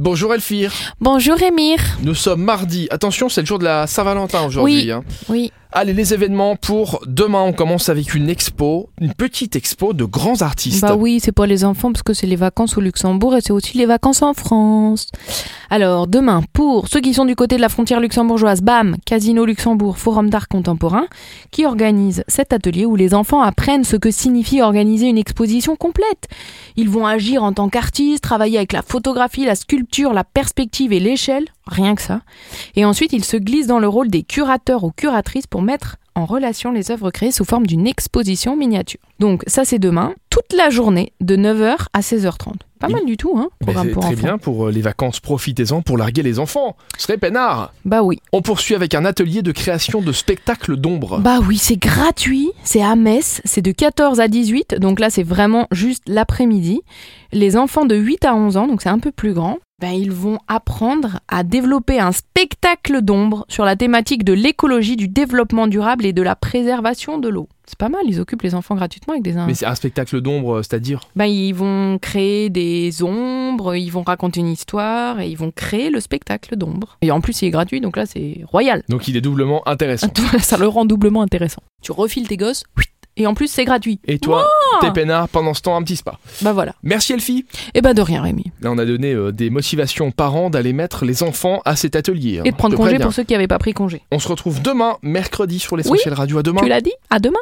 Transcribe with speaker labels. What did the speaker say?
Speaker 1: Bonjour Elfire,
Speaker 2: Bonjour Émir.
Speaker 1: nous sommes mardi. Attention, c'est le jour de la Saint-Valentin aujourd'hui.
Speaker 2: Oui.
Speaker 1: hein.
Speaker 2: Oui.
Speaker 1: Allez, les événements pour demain, on commence avec une expo, une petite expo de grands artistes.
Speaker 2: Bah oui, c'est pour les enfants parce que c'est les vacances au Luxembourg et c'est aussi les vacances en France. Alors demain, pour ceux qui sont du côté de la frontière luxembourgeoise, bam, Casino Luxembourg, Forum d'art contemporain, qui organise cet atelier où les enfants apprennent ce que signifie organiser une exposition complète. Ils vont agir en tant qu'artistes, travailler avec la photographie, la sculpture, la perspective et l'échelle, rien que ça. Et ensuite, ils se glissent dans le rôle des curateurs ou curatrices pour mettre en relation les œuvres créées sous forme d'une exposition miniature. Donc ça c'est demain, toute la journée, de 9h à 16h30. Pas
Speaker 1: Oui.
Speaker 2: mal du tout, hein,
Speaker 1: Mais
Speaker 2: programme
Speaker 1: c'est
Speaker 2: pour
Speaker 1: Eh ben, très
Speaker 2: enfants.
Speaker 1: bien pour euh, les vacances, profitez-en pour larguer les enfants. Ce serait peinard.
Speaker 2: Bah oui.
Speaker 1: On poursuit avec un atelier de création de spectacles d'ombre.
Speaker 2: Bah oui, c'est gratuit, c'est à Metz, c'est de 14 à 18, donc là c'est vraiment juste l'après-midi. Les enfants de 8 à 11 ans, donc c'est un peu plus grand, ben ils vont apprendre à développer un spectacle d'ombre sur la thématique de l'écologie, du développement durable et de la préservation de l'eau. C'est pas mal, ils occupent les enfants gratuitement avec des
Speaker 1: Mais c'est un spectacle d'ombre, euh, c'est-à-dire
Speaker 2: ben, ils vont créer des ombres, ils vont raconter une histoire et ils vont créer le spectacle d'ombre. Et en plus, il est gratuit, donc là, c'est royal.
Speaker 1: Donc il est doublement intéressant.
Speaker 2: Ça le rend doublement intéressant. Tu refiles tes gosses, et en plus, c'est gratuit.
Speaker 1: Et toi, t'es peinard pendant ce temps un petit spa.
Speaker 2: Bah voilà.
Speaker 1: Merci Elfie.
Speaker 2: Et ben de rien, Rémi.
Speaker 1: Là, on a donné euh, des motivations aux parents d'aller mettre les enfants à cet atelier. hein.
Speaker 2: Et de prendre
Speaker 1: Je te
Speaker 2: congé
Speaker 1: préviens.
Speaker 2: pour ceux qui n'avaient pas pris congé.
Speaker 1: On se retrouve demain, mercredi, sur l'essentiel radio. À demain.
Speaker 2: Tu l'as dit À demain